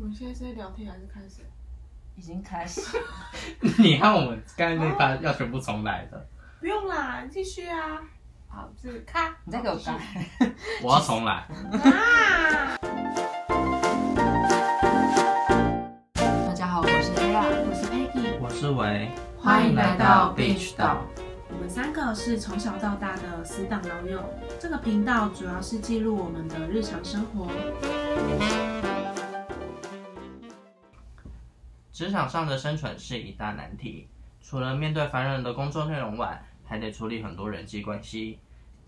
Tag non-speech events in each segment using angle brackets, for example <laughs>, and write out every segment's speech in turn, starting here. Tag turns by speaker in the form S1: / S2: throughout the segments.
S1: 们现在是在聊天还是开始？
S2: 已经开 <laughs> 始，
S3: <laughs> 你看我们刚才那番要全部重来
S2: 哦
S3: 的，
S1: 不用啦，继续啊。好，就是咔。
S2: 你再给我
S1: 好
S2: 干。
S3: 我要重来。
S1: 继续啊！
S2: 大家好，我是 Ella，
S1: 我是 Peggy，
S3: 我是维，
S2: 欢迎来到 Beach 岛。
S1: 我们三个是从小到大的死党老友。这个频道主要是记录我们的日常生活。
S3: 职场上的生存是一大难题，除了面对烦人的工作内容外，还得处理很多人际关系。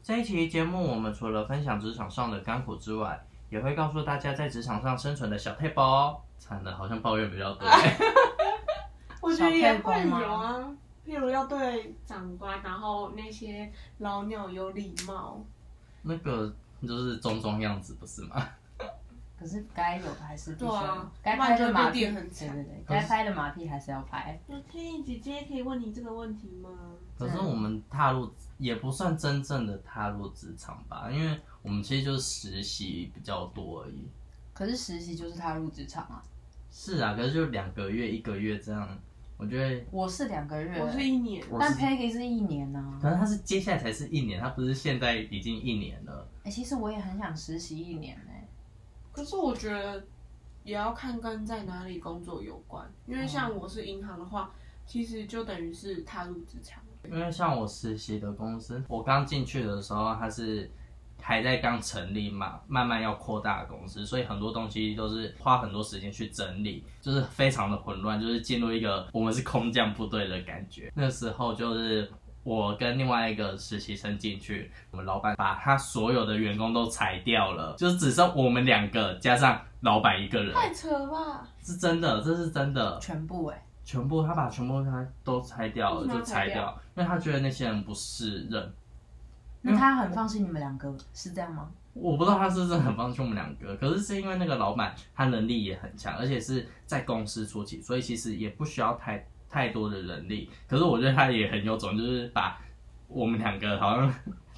S3: 这一期节目，我们除了分享职场上的甘苦之外，也会告诉大家在职场上生存的小配包。惨了，好像抱怨比较
S2: <laughs>
S3: 多。
S1: 我觉得也会
S2: 小配
S1: 有
S2: 包
S1: 啊，譬如要对长官，然后那些老鸟有礼貌。
S3: 那个就是装装样子，不是吗？
S2: 可是该有的还是必须
S1: 对啊
S2: 要，该拍的
S1: 不
S2: 马
S1: 然就会被
S2: 屁，
S1: 电
S2: 对
S1: 很
S2: 对
S1: 惨
S2: 对，该拍的马屁还是要拍。
S1: 那天意姐姐可以问你这个问题吗？
S3: 可是我们踏入也不算真正的踏入职场吧，因为我们其实就是实习比较多而已。
S2: 可是实习就是踏入职场啊，
S3: 是啊，可是就两个月、一个月这样，我觉得
S2: 我是两个月，
S1: 我是一年，
S3: 我
S2: 但
S3: 是，
S2: Peggy 是一年啊呢、
S3: 可能他是接下来才是一年，他不是现在已经一年了。
S2: 哎、其实我也很想实习一年呢、
S1: 可是我觉得也要看跟在哪里工作有关，因为像我是银行的话，其实就等于是踏入职场。
S3: 因为像我实习的公司，我刚进去的时候，它是还在刚成立嘛，慢慢要扩大的公司，所以很多东西都是花很多时间去整理，就是非常的混乱，就是进入一个我们是空降部队的感觉。那时候就是。我跟另外一个实习生进去，我们老板把他所有的员工都裁掉了，就是呃只剩我们两个加上老板一个人，
S1: 太扯了吧！
S3: 是真的，这是真的。
S2: 全部哎、
S3: 全部他把全部他都拆掉
S1: 为什
S3: 了，
S1: 么要
S3: 就拆
S1: 拆
S3: 掉，因为他觉得那些人不是人。
S1: 嗯
S2: 那他很放心你们两个是这样吗？
S3: 我不知道他是不是很帮助我们两个，可是是因为那个老板他能力也很强，而且是在公司初期，所以其实也不需要太太多的能力。可是我觉得他也很有种，就是把我们两个好像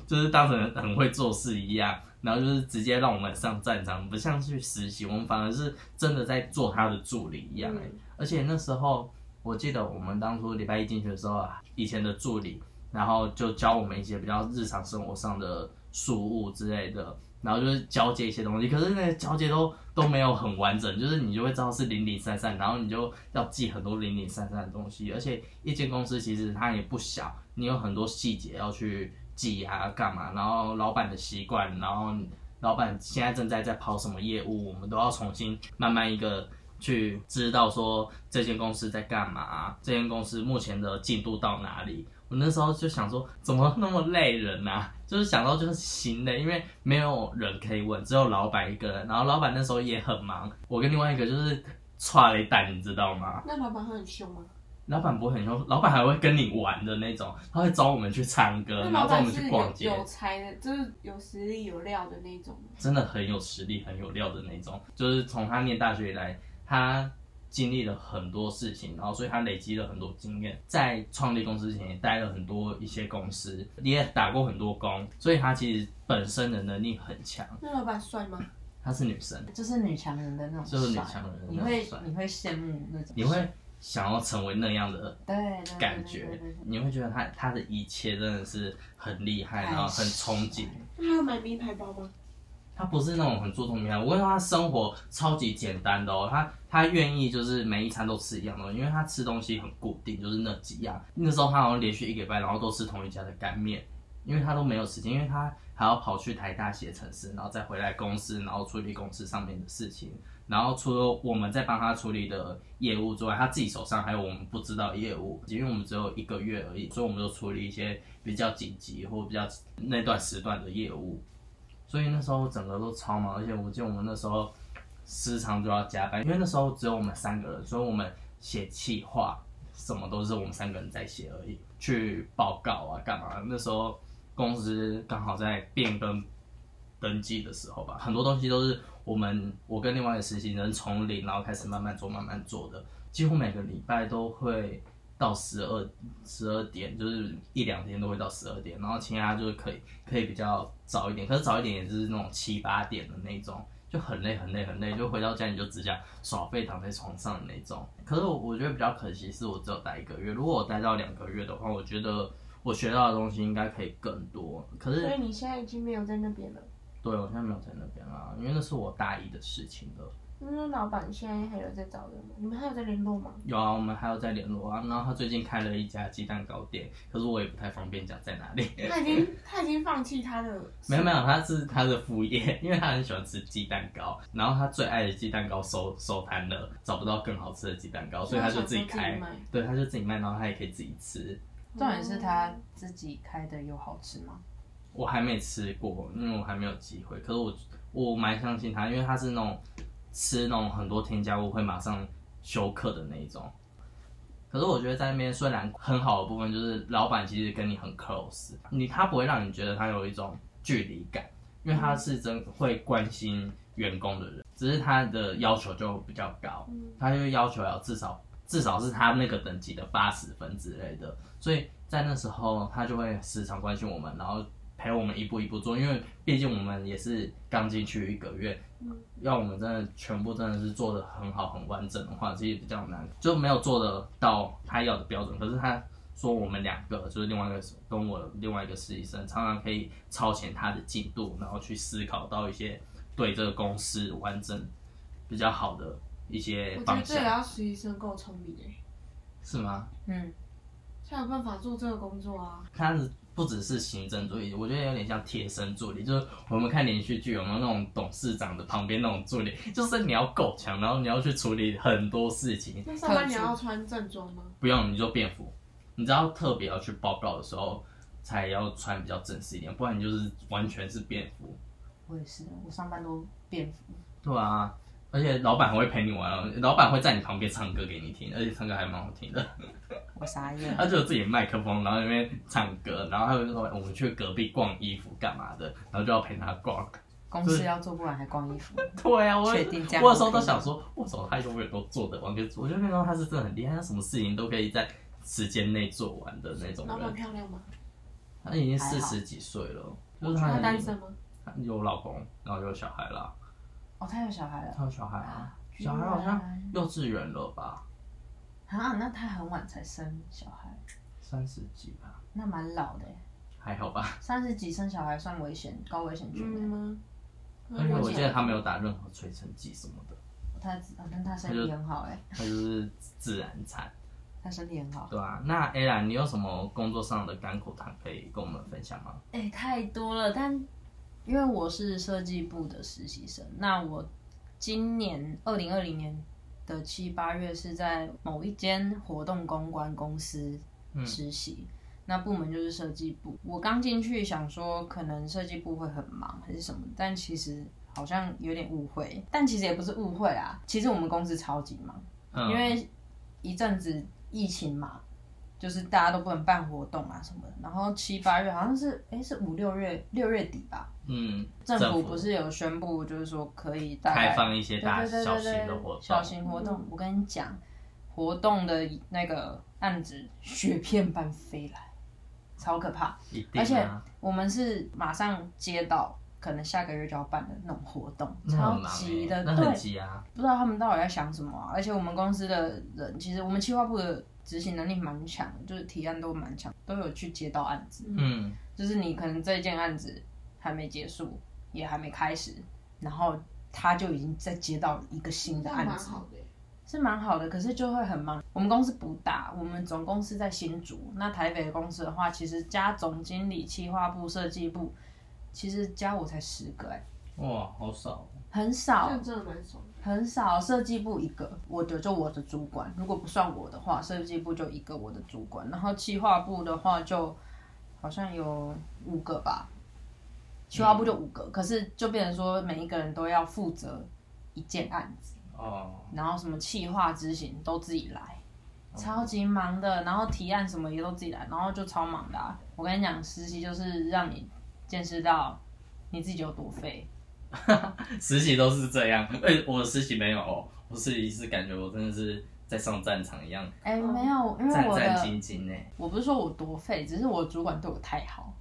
S3: 就是当成很会做事一样，然后就是直接让我们上战场，不像去实习，我们反而是真的在做他的助理一样、欸。而且那时候我记得我们当初礼拜一进去的时候啊，以前的助理，然后就教我们一些比较日常生活上的事物之类的，然后就是交接一些东西，可是那个交接都都没有很完整，就是你就会知道是零零散散，然后你就要记很多零零散散的东西，而且一间公司其实它也不小，你有很多细节要去记啊，干嘛，然后老板的习惯，然后老板现在正在在跑什么业务，我们都要重新慢慢一个去知道说这间公司在干嘛，这间公司目前的进度到哪里。我那时候就想说，怎么那么累人啊呐、就是想到就是心累，因为没有人可以问，只有老板一个人。然后老板那时候也很忙，我跟另外一个就是踹了一蛋，你知道吗？
S1: 那老板会很凶吗？
S3: 老板不会很凶，老板还会跟你玩的那种，他会找我们去唱歌，
S1: 那
S3: 然后
S1: 老
S3: 找我
S1: 板
S3: 们
S1: 是
S3: 去逛
S1: 有
S3: 街。
S1: 有才的，就是有实力、有料的那种吗。
S3: 真的很有实力、很有料的那种。就是从他念大学以来，他经历了很多事情，然后所以他累积了很多经验。在创立公司前，也待了很多一些公司，也打过很多工，所以他其实本身的能力很强。
S1: 那老板帅吗？
S3: 她是女生，
S2: 就是女强人的那种帅，
S3: 就是女强人的那种
S2: 你会
S3: 帅
S2: 你会羡慕那种帅，
S3: 你会想要成为那样的
S2: 对对对对对
S3: 感觉
S2: 对对，
S3: 你会觉得他他的一切真的是很厉害，然后很憧憬。
S1: 那他有买名牌包吗？
S3: 他不是那种很注重名牌，我跟你说，他生活超级简单的哦。他他愿意就是每一餐都吃一样东西，因为他吃东西很固定，就是那几样。那时候他好像连续一个礼拜，然后都吃同一家的干面，因为他都没有时间，因为他还要跑去台大写程式，然后再回来公司，然后处理公司上面的事情。然后除了我们在帮他处理的业务之外，他自己手上还有我们不知道的业务，因为我们只有一个月而已，所以我们就处理一些比较紧急或比较那段时段的业务。所以那时候整个都超忙，而且我记得我们那时候时常就要加班，因为那时候只有我们三个人，所以我们写企划什么都是我们三个人在写而已，去报告啊干嘛？那时候公司刚好在变更登记的时候吧，很多东西都是我们我跟另外一个实习生从零然后开始慢慢做慢慢做的，几乎每个礼拜都会。到十二十二点，就是一两天都会到十二点，然后其他就是可以可以比较早一点，可是早一点也是那种七八点的那种，就很累很累很累，就回到家你就只想耍废躺在床上的那种。可是我我觉得比较可惜是我只有待一个月，如果我待到两个月的话，我觉得我学到的东西应该可以更多。可是
S4: 所以你现在已经没有在那边了。
S3: 对我现在没有在那边啦，因为那是我大一的事情了。
S4: 那老板现在还有在找人吗？你们还有在联络吗？
S3: 有啊，我们还有在联络啊。然后他最近开了一家鸡蛋糕店，可是我也不太方便讲在哪里。 <laughs>
S1: 他已经他已经放弃他的，
S3: 没有没有，他是他的副业，因为他很喜欢吃鸡蛋糕，然后他最爱的鸡蛋糕收收摊了，找不到更好吃的鸡蛋糕，所以他就自己
S1: 所以他
S3: 开
S1: 想说自己，
S3: 对，他就自己卖，然后他也可以自己吃。
S2: 重点是他自己开的有好吃吗？
S3: 我还没吃过，因为我还没有机会。可是我我蛮相信他，因为他是那种吃那种很多添加物会马上休克的那一种。可是我觉得在那边虽然很好的部分就是老板其实跟你很 close，你他不会让你觉得他有一种距离感，因为他是真会关心员工的人，只是他的要求就比较高，他就要求要至少至少是他那个等级的八十分之类的，所以在那时候他就会时常关心我们，然后陪我们一步一步做，因为毕竟我们也是刚进去一个月，要我们真的全部真的是做的很好很完整的话，其实比较难，就没有做得到他要的标准。可是他说我们两个就是另外一个跟我另外一个实习生，常常可以超前他的进度，然后去思考到一些对这个公司完整比较好的一些
S1: 我觉得啊
S3: 方
S1: 这也
S3: 向，
S1: 要实习生够聪明哎，
S3: 是吗？
S2: 嗯，
S1: 才有办法做这个工作啊。
S3: 他不只是行政助理，我觉得有点像贴身助理，就是我们看连续剧有没有那种董事长的旁边那种助理，就是你要够强，然后你要去处理很多事情，
S1: 那上班你要穿正装吗？
S3: 不用你就便服，你只要特别要去报告的时候才要穿比较正式一点，不然你就是完全是便服。
S2: 我也是，我上班都便服。
S3: 对啊，而且老板还会陪你玩哦，老板会在你旁边唱歌给你听，而且唱歌还蛮好听的。 <laughs>
S2: 我傻眼。
S3: 他就有自己的麦克风，然后在那边唱歌，然后他就说我们去隔壁逛衣服干嘛的，然后就要陪他逛。
S2: 公司要做不完还逛衣服，
S3: <laughs> 对啊，我
S2: 确定这样
S3: 我有时候都想说，为什么他永远都做得完？可是我就看到他是真的很厉害，他什么事情都可以在时间内做完的那种
S1: 老板
S3: 人。
S1: 漂亮吗？
S3: 他已经四
S2: 还好
S3: 十几岁了，就
S1: 我
S3: 是
S1: 觉
S3: 他
S1: 得
S3: 很
S1: 他单身吗？
S3: 他有老公，然后有小孩啦，
S2: 哦，他有小孩了。
S3: 他有小孩啊，小孩好像幼稚园了吧，
S2: 啊，那他很晚才生小孩，
S3: 三十几吧，
S2: 那蛮老的耶。
S3: 还好吧。
S2: 三十几生小孩算危险，高危险群耶。
S1: 嗯吗？
S3: 而且我记得他没
S1: 有。
S3: 有打任何催生剂什么的，
S2: 他啊但他身体很好哎，
S3: 他就是自然产。
S2: 他身体很好。
S3: 对啊，那 A 兰，你有什么工作上的甘苦谈可以跟我们分享吗？
S2: 哎、太多了，但因为我是设计部的实习生，那我今年二零二零年的七八月是在某一间活动公关公司实习，那部门就是设计部。我刚进去想说可能设计部会很忙还是什么，但其实好像有点误会，但其实也不是误会啊，其实我们公司超级忙。
S3: 嗯，
S2: 因为一阵子疫情嘛，就是大家都不能办活动啊什么的。然后七八月好像是哎、诶是五六月六月底吧，
S3: 嗯，
S2: 政
S3: 政
S2: 府
S3: 府
S2: 不是有宣布，就是说可以大概
S3: 开放一些大
S2: 对对对
S3: 小
S2: 对
S3: 型
S2: 对
S3: 的活动，嗯
S2: 小型活动，我跟你讲，活动的那个案子雪片般飞来，超可怕。
S3: 一定、啊，
S2: 而且我们是马上接到。可能下个月就要办的那种活动，
S3: 那
S2: 超
S3: 很忙
S2: 级
S3: 欸
S2: 的，
S3: 那
S2: 对
S3: 很，急啊，
S2: 不知道他们到底在想什么啊、而且我们公司的人，其实我们企划部的执行能力蛮强的，就是提案都蛮强，都有去接到案子。
S3: 嗯，
S2: 就是你可能这一件案子还没结束，也还没开始，然后他就已经再接到一个新的
S1: 那
S2: 案
S1: 蛮
S2: 子，
S1: 好的耶，
S2: 是蛮好的，可是就会很忙。我们公司不大，我们总公司在新竹，那台北的公司的话，其实加总经理、企划部、设计部，其实加我才十个、欸，
S3: 哇，好少，
S2: 很少
S1: 这。样真的蛮爽的。
S2: 很少设计部一个，我的就我的主管，如果不算我的话，设计部就一个我的主管，然后企划部的话就好像有五个吧，企划部就五个，可是就变成说每一个人都要负责一件案子，
S3: 哦，
S2: 然后什么企划执行都自己来，超级忙的，然后提案什么也都自己来，然后就超忙的、啊。我跟你讲，实习就是让你见识到你自己有多废。
S3: 实习都是这样，哎、我实习没有哦，我实习是感觉我真的是在上战场一样，
S2: 哎、没有，因为
S3: 战
S2: 我的
S3: 战兢兢呢、欸
S2: 我不是说我多废，只是我主管对我太好，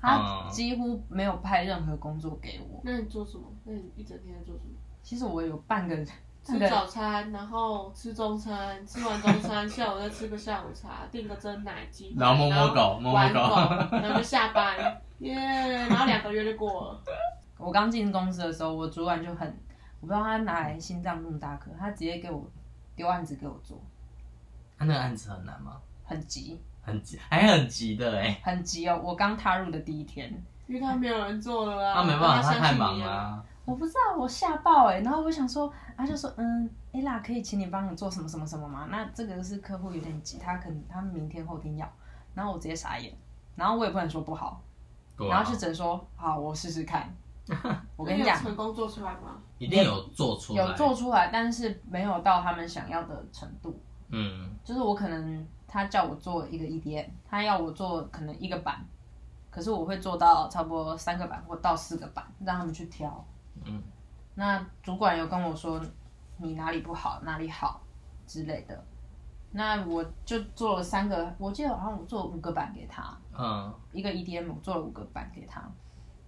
S2: 他
S3: 嗯
S2: 几乎没有派任何工作给我。
S1: 那你做什么？那你一整天在做什么？
S2: 其实我有半个半
S1: 吃
S2: 个
S1: 早餐，然后吃中餐， <laughs> 吃完中餐，下午再吃个下午茶，订个蒸奶鸡排，
S3: 然后摸摸狗摸摸
S1: 玩
S3: 狗 <laughs>
S1: 然后就下班，耶、然后两个月就过了。
S2: 我刚进公司的时候，我主管就很，我不知道他哪来心脏那么大颗，他直接给我丢案子给我做，
S3: 他啊那个案子很难吗？
S2: 很急，
S3: 很急，还很急的哎、
S2: 很急哦！我刚踏入的第一天，
S1: 因为他没有人做了
S2: 呃
S1: 啊，
S3: 他没办法，他
S1: 相
S3: 太
S1: 信
S3: 忙
S1: 你
S3: 了
S1: 啊。
S3: 啊、
S2: 我不知道，我吓爆哎、然后我想说，他就说，嗯，ella 可以请你帮我做什么什么什么吗？那这个是客户有点急，他可能他明天后天要，然后我直接傻眼，然后我也不能说不好，
S3: 对啊
S2: 然后就只能说好，我试试
S3: <laughs>
S2: 看。我
S1: 那
S2: 跟你
S1: 有
S2: 讲，
S1: 成功做出来吗？
S3: 一定有做出来，
S2: 有做出来，但是没有到他们想要的程度。
S3: 嗯，
S2: 就是我可能他叫我做一个 EDM，他要我做可能一个版，可是我会做到差不多三个版或到四个版，让他们去挑。
S3: 嗯，
S2: 那主管有跟我说你哪里不好，哪里好之类的。那我就做了三个，我记得好像我做了五个版给他，
S3: 嗯，
S2: 一个 EDM 我做了五个版给他，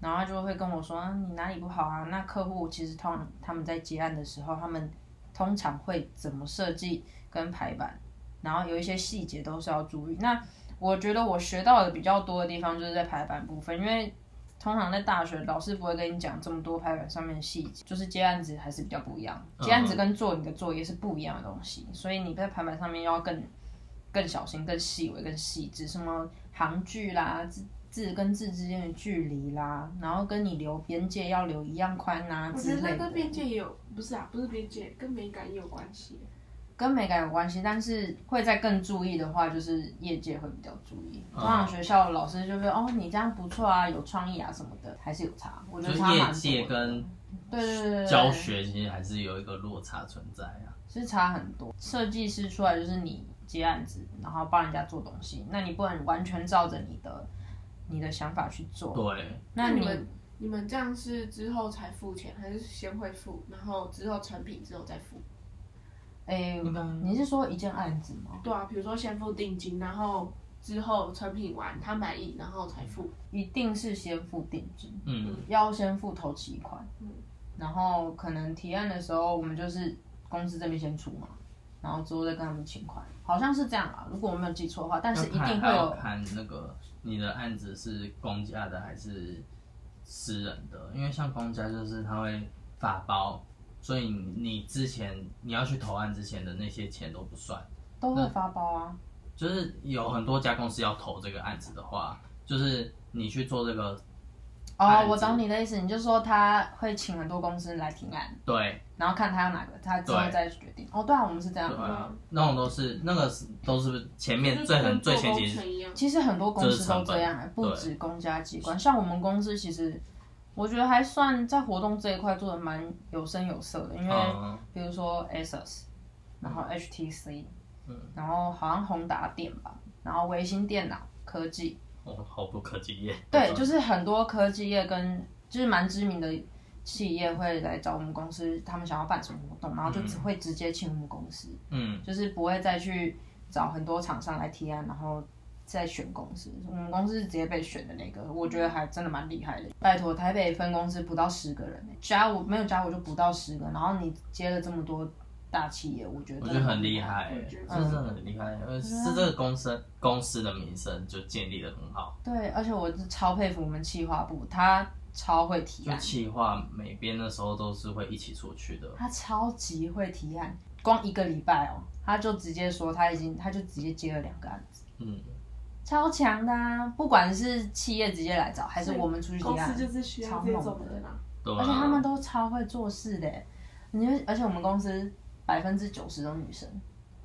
S2: 然后他就会跟我说、啊、你哪里不好啊？那客户其实通常他们在接案的时候，他们通常会怎么设计跟排版，然后有一些细节都是要注意。那我觉得我学到的比较多的地方就是在排版部分，因为通常在大学老师不会跟你讲这么多排版上面的细节，就是接案子还是比较不一样，
S3: 嗯
S2: 接案子跟做你的作业是不一样的东西，所以你在排版上面要更更小心、更细微、更细致，什么行距啦、字字跟字之间的距离啦，然后跟你留边界要留一样宽啊
S1: 我
S2: 之
S1: 觉得
S2: 类的
S1: 跟。边界也有，不是啊，不是边界，跟美感也有关系。
S2: 跟美感有关系，但是会再更注意的话，就是业界会比较注意。
S3: 嗯
S2: 通常学校老师就会哦，你这样不错啊，有创意啊什么的，还是有差。我觉
S3: 就
S2: 得
S3: 是
S2: 差蛮多
S3: 业
S2: 的
S3: 界跟
S2: 对对对对对
S3: 教学其实还是有一个落差存在啊。
S2: 是差很多。设计师出来就是你接案子，然后帮人家做东西，那你不能完全照着你的你的想法去做。
S3: 对，
S2: 那你
S1: 那们你们这样是之后才付钱，还是先会付，然后之后成品之后再付？
S2: 诶，
S3: 应该
S2: 你是说一件案子吗？
S1: 对啊，比如说先付定金，然后之后成品完他满意，然后才付。
S2: 一定是先付定金，
S3: 嗯，
S2: 要先付头期款，
S1: 嗯
S2: 然后可能提案的时候，我们就是公司这边先出嘛，然后之后再跟他们请款，好像是这样啊，如果我没有记错的话，但是一
S3: 那
S2: 定
S3: 看
S2: 会
S3: 还要
S2: 有
S3: 看嗯那个你的案子是公家的还是私人的，因为像公家就是他会法包，所以你之前你要去投案之前的那些钱都不算。
S2: 都会发包啊，
S3: 就是有很多家公司要投这个案子的话，就是你去做这个，
S2: 哦
S3: 案，子
S2: 我懂你的意思，你就说他会请很多公司来提案，
S3: 对
S2: 然后看他要哪个，他之后
S3: 对
S2: 再决定。哦，对啊，我们是这样
S3: 对。啊
S1: 嗯，
S3: 那种都是那个是都是前面
S1: 就
S3: 最
S1: 跟
S3: 很最
S1: 做
S3: 前
S1: 工
S3: 期是
S1: 程一样，
S2: 其实很多公司都这样欸
S3: 这是成本，
S2: 不止公家机关，像我们公司其实。我觉得还算在活动这一块做的蛮有声有色的，因为
S3: 嗯
S2: 比如说 ASUS，然后 HTC，、然
S3: 嗯
S2: 后好像宏达电吧，然后微星电脑科技，
S3: 哦，好多科技业，
S2: 对，就是很多科技业跟就是蛮知名的企业会来找我们公司，他们想要办什么活动，然后就只会直接请我们公司，
S3: 嗯，
S2: 就是不会再去找很多厂商来提案，然后再选公司。我们公司是直接被选的那个，我觉得还真的蛮厉害的。拜托，台北分公司不到十个人、欸，加我没有加我就不到十个，然后你接了这么多大企业，我觉得
S3: 我
S2: 真
S3: 觉
S2: 的
S3: 得
S2: 蛮
S3: 很厉
S2: 害。
S3: 害、欸，这
S1: 嗯
S3: 真的很厉害，呃是这个公司公司的名声就建立的很好，
S2: 对，而且我是超佩服我们企划部，他超会提
S3: 就
S2: 案，
S3: 企划每边的时候都是会一起出去的，
S2: 他超级会提案，光一个礼拜哦，他就直接说他已经他就直接接了两个案子。
S3: 嗯，
S2: 超强的、啊，不管是企业直接来找，还是我们出去提
S1: 公
S2: 案，
S1: 司就是需要
S2: 超
S1: 这
S2: 猛
S1: 种
S2: 的
S1: 人啊。
S3: 对、啊，
S2: 而且他们都超会做事的欸，你就而且我们公司百分之九十都女生，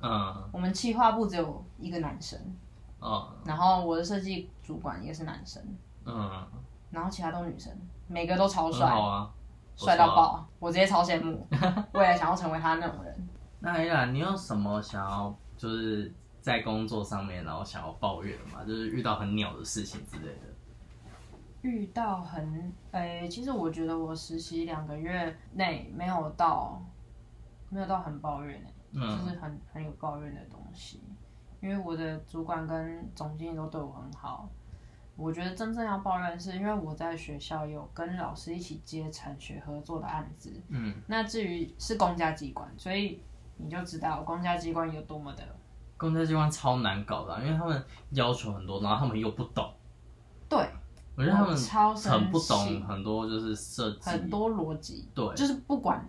S3: 嗯
S2: 我们企划部只有一个男生，
S3: 哦
S2: 然后我的设计主管也是男生，
S3: 嗯，
S2: 然后其他都女生，每个都超
S3: 很
S2: 帅，
S3: 好啊，不错啊
S2: 帅到！爆，我直接超羡慕，我也想要成为他那种人。
S3: 那艾拉，你有什么想要就是在工作上面然后想要抱怨的吗？就是遇到很鸟的事情之类的。
S2: 遇到很，诶、其实我觉得我实习两个月内没有到，没有到很抱怨欸就
S3: 嗯
S2: 是很很有抱怨的东西，因为我的主管跟总经理都对我很好，我觉得真正要抱怨是因为我在学校有跟老师一起接产学合作的案子，
S3: 嗯，
S2: 那至于是公家机关，所以你就知道公家机关有多么的
S3: 公家机关超难搞的啊、因为他们要求很多，然后他们又不懂。
S2: 对，
S3: 我觉得他们
S2: 我超生
S3: 很不
S2: 气
S3: 懂很多就是设计，
S2: 很多逻辑，
S3: 对
S2: 就是不管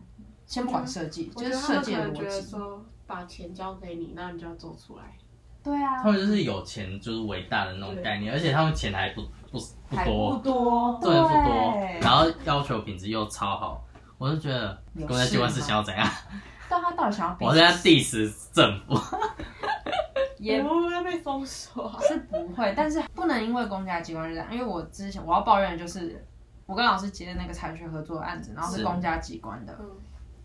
S2: 先不管设计，
S1: 啊我
S2: 就
S1: 觉
S2: 是
S1: 得他们
S2: 设
S1: 可
S2: 计的
S1: 能觉得
S2: 逻辑，
S1: 说，把钱交给你，那你就要做出来。
S2: 对啊，
S3: 他们就是有钱就是伟大的那种概念，而且他们钱还不不不
S2: 还
S3: 多，
S2: 多，
S3: 对不多，然后要求品质又超好，我就觉得
S2: 有
S3: 公家机关是
S2: 事吗
S3: 想要怎样？ <laughs>
S2: 但他到底想要比
S3: 我在 diss 政府， <laughs>
S2: 也
S1: 我会不会被封锁啊？
S2: 是不会，但是不能因为公家机关就这样，因为我之前我要抱怨的就是我跟老师接的那个产学合作的案子，然后是
S3: 是
S2: 公家机关的，
S1: 嗯，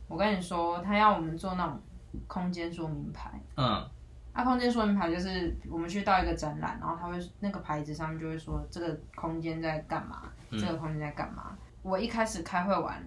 S2: 我跟你说，他要我们做那种空间说明牌。
S3: 嗯，
S2: 啊，空间说明牌就是我们去到一个展览，然后他会那个牌子上面就会说这个空间在干嘛，
S3: 嗯
S2: 这个空间在干嘛。我一开始开会完，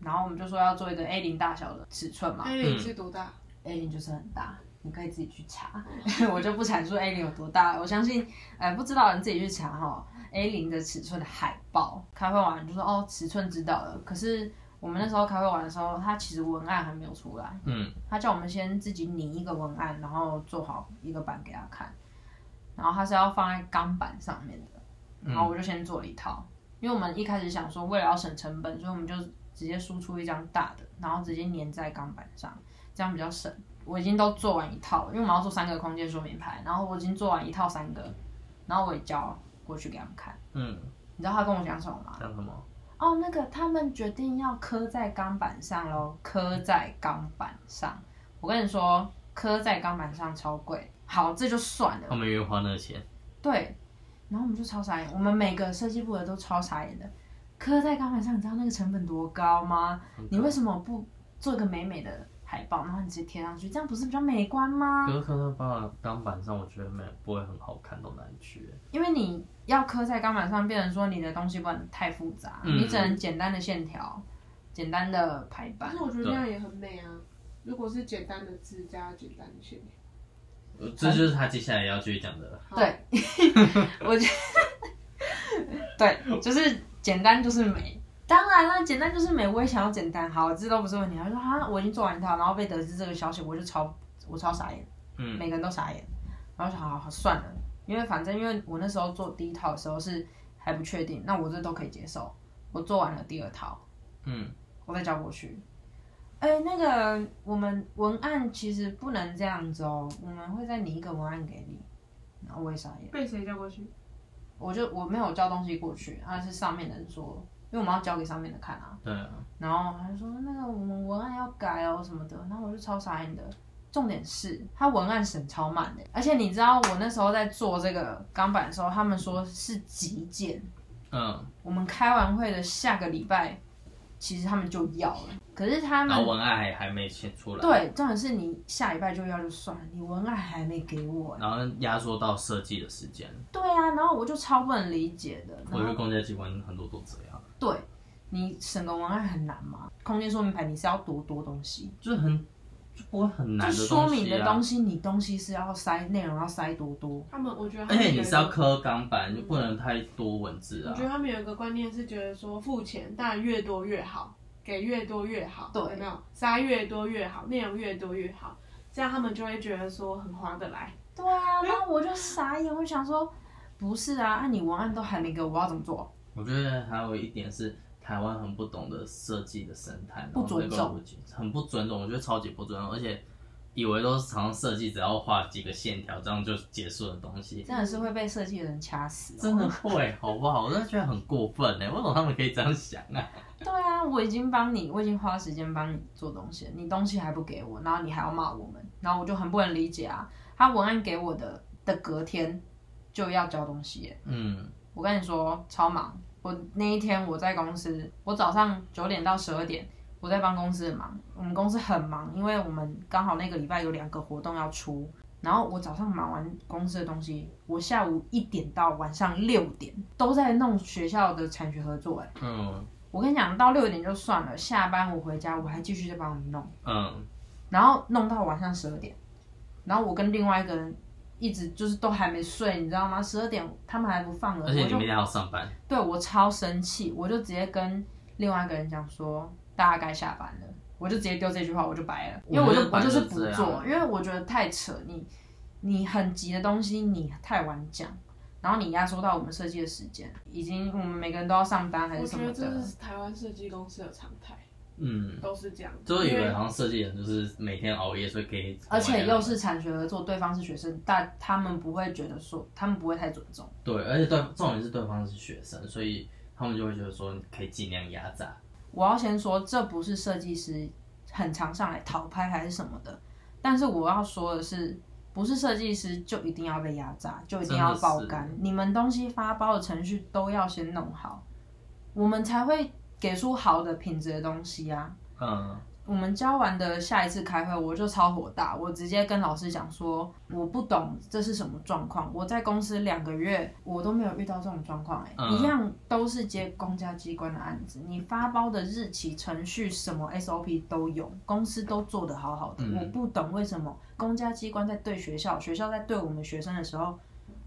S2: 然后我们就说要做一个 A 零大小的尺寸嘛
S1: 那
S3: 嗯
S1: 你是多大？
S2: ，A 零就是很大，你可以自己去查， <laughs> 我就不阐述 A 零有多大，我相信呃不知道的人自己去查哈。A 零的尺寸的海报，开会完就说哦尺寸知道了，可是我们那时候开会完的时候，它其实文案还没有出来。
S3: 嗯，
S2: 他叫我们先自己拟一个文案，然后做好一个版给他看，然后他是要放在钢板上面的，然后我就先做了一套，因为我们一开始想说为了要省成本，所以我们就直接输出一张大的，然后直接粘在钢板上，这样比较省。我已经都做完一套了，因为我们要做三个空间说明牌，然后我已经做完一套三个，然后我也交过去给他们看。
S3: 嗯，
S2: 你知道他跟我讲什么吗？
S3: 像什么？
S2: 哦，那个他们决定要刻在钢板上喽，刻在钢板上。我跟你说，刻在钢板上超贵。好，这就算
S3: 他
S2: 了。
S3: 们愿意花那个钱，
S2: 对，然后我们就超傻眼，我们每个设计部的都超傻眼的。刻在钢板上，你知道那个成本多高吗？你为什么不做一个美美的海报，然后你直接贴上去，这样不是比较美观吗？
S3: 可是科特放在钢板上，我觉得没有不会很好看到哪里去。
S2: 因为你要刻在钢板上，变成说你的东西不能太复杂，
S3: 嗯
S2: 你只能简单的线条、简单的排版
S1: 但是。我觉得那样也很美啊。如果是简单的字加简单的线条，
S3: 呃这就是他接下来要继续讲的了。
S2: 对，我觉得对，就是简单就是美。当然了，简单就是美，我也想要简单。好，这都不是问题。他说啊，我已经做完一套，然后被得知这个消息，我就超我超傻眼，
S3: 嗯
S2: 每个人都傻眼。然后我想好好算了，因为反正因为我那时候做第一套的时候是还不确定，那我这都可以接受。我做完了第二套，
S3: 嗯，
S2: 我再交过去。哎、那个我们文案其实不能这样子哦，我们会再拟一个文案给你。然后我也傻眼。
S1: 被谁叫过去？
S2: 我就我没有交东西过去，他是上面的人说，因为我们要交给上面的看啊。
S3: 对啊，
S2: 然后他就说那个我们文案要改哦什么的，然后我就超傻眼的。重点是他文案审超慢的，而且你知道我那时候在做这个钢板的时候，他们说是急件，
S3: 嗯，
S2: 我们开完会的下个礼拜，其实他们就要了，可是他
S3: 然后
S2: 们。
S3: 文案还还没写出来，，
S2: 对，重点是你下礼拜就要就算了，你文案还没给我、
S3: 然后压缩到设计的时间。
S2: 对啊，然后我就超不能理解的。然后
S3: 我觉得公家机关很多都这样，
S2: 对你整个文案很难吗？空间说明牌你是要多多东西，
S3: 就是很就不会很难
S2: 就
S3: 的
S2: 说明的东
S3: 西
S2: 西，
S3: 啊。
S2: 你东西是要塞内容要塞多多。
S1: 他们，我觉得他
S3: 而
S1: 们
S3: 且你
S1: 有一
S3: 是
S1: 个
S3: 要刻钢板，就不能太多文字
S1: 我
S3: 啊
S1: 觉。得他们有一个观念是觉得说付钱，当然越多越好，给越多越好，
S2: 对
S1: 有没有？塞越多越好，内容越多越好，这样他们就会觉得说很划得来。
S2: 对啊，然后我就傻眼，我就想说，不是啊，那、你文案都还没给我，我要怎么做？
S3: 我觉得还有一点是台湾很不懂得设计的生态，然
S2: 不
S3: 后
S2: 尊重
S3: 那个逻辑，很不尊重，我觉得超级不尊重，而且以为都是常常设计只要画几个线条这样就结束的东西，
S2: 真的是会被设计的人掐死、哦
S3: 真的。会好不好？我真的觉得很过分呢，欸为什么他们可以这样想啊？
S2: 对啊，我已经帮你，我已经花时间帮你做东西了，你东西还不给我，然后你还要骂我们，然后我就很不能理解啊。他文案给我的的隔天就要交东西耶
S3: 嗯，
S2: 我跟你说，超忙。我那一天我在公司，我早上九点到十二点，我在帮公司的忙。我们公司很忙，因为我们刚好那个礼拜有两个活动要出。然后我早上忙完公司的东西，我下午一点到晚上六点都在弄学校的产学合作、哎，
S3: 嗯
S2: 我跟你讲，到六点就算了，下班我回家我还继续在帮我们弄，
S3: 嗯，
S2: 然后弄到晚上十二点。然后我跟另外一个人一直就是都还没睡，你知道吗？十二点他们还不放人，
S3: 而且
S2: 我
S3: 你
S2: 就
S3: 明天还要上班，
S2: 对我超生气，我就直接跟另外一个人讲说，大家该下班了，我就直接丢这句话，我就白了，因为我就
S3: 我觉得
S2: 我
S3: 白
S2: 就是
S3: 就
S2: 不
S3: 这样
S2: 做，因为我觉得太扯，你你很急的东西你太晚讲，然后你压缩到我们设计的时间，已经我们每个人都要上班还
S1: 我
S2: 是什
S1: 觉
S2: 么
S1: 得这
S2: 的，
S1: 是台湾设计公司的常态，
S3: 嗯，
S1: 都是这样。
S3: 就是以
S1: 因
S3: 为好像设计人就是每天熬夜，所以可以，
S2: 而且又是产学合作，对方是学生，但他们不会觉得说他们不会太尊重。
S3: 对，而且对重点是对方是学生，所以他们就会觉得说你可以尽量压榨，
S2: 我要先说，这不是设计师很常上来讨拍还是什么的，但是我要说的是，不是设计师就一定要被压榨，就一定要爆
S3: 真的
S2: 肝。你们东西发包的程序都要先弄好，我们才会给出好的品质的东西啊。
S3: 嗯，
S2: 我们教完的下一次开会，我就超火大，我直接跟老师讲说，我不懂这是什么状况。我在公司两个月，我都没有遇到这种状况、欸，
S3: 嗯
S2: 一样都是接公家机关的案子，你发包的日期、程序、什么 SOP 都有，公司都做得好好的。
S3: 嗯
S2: 我不懂为什么公家机关在对学校，学校在对我们学生的时候，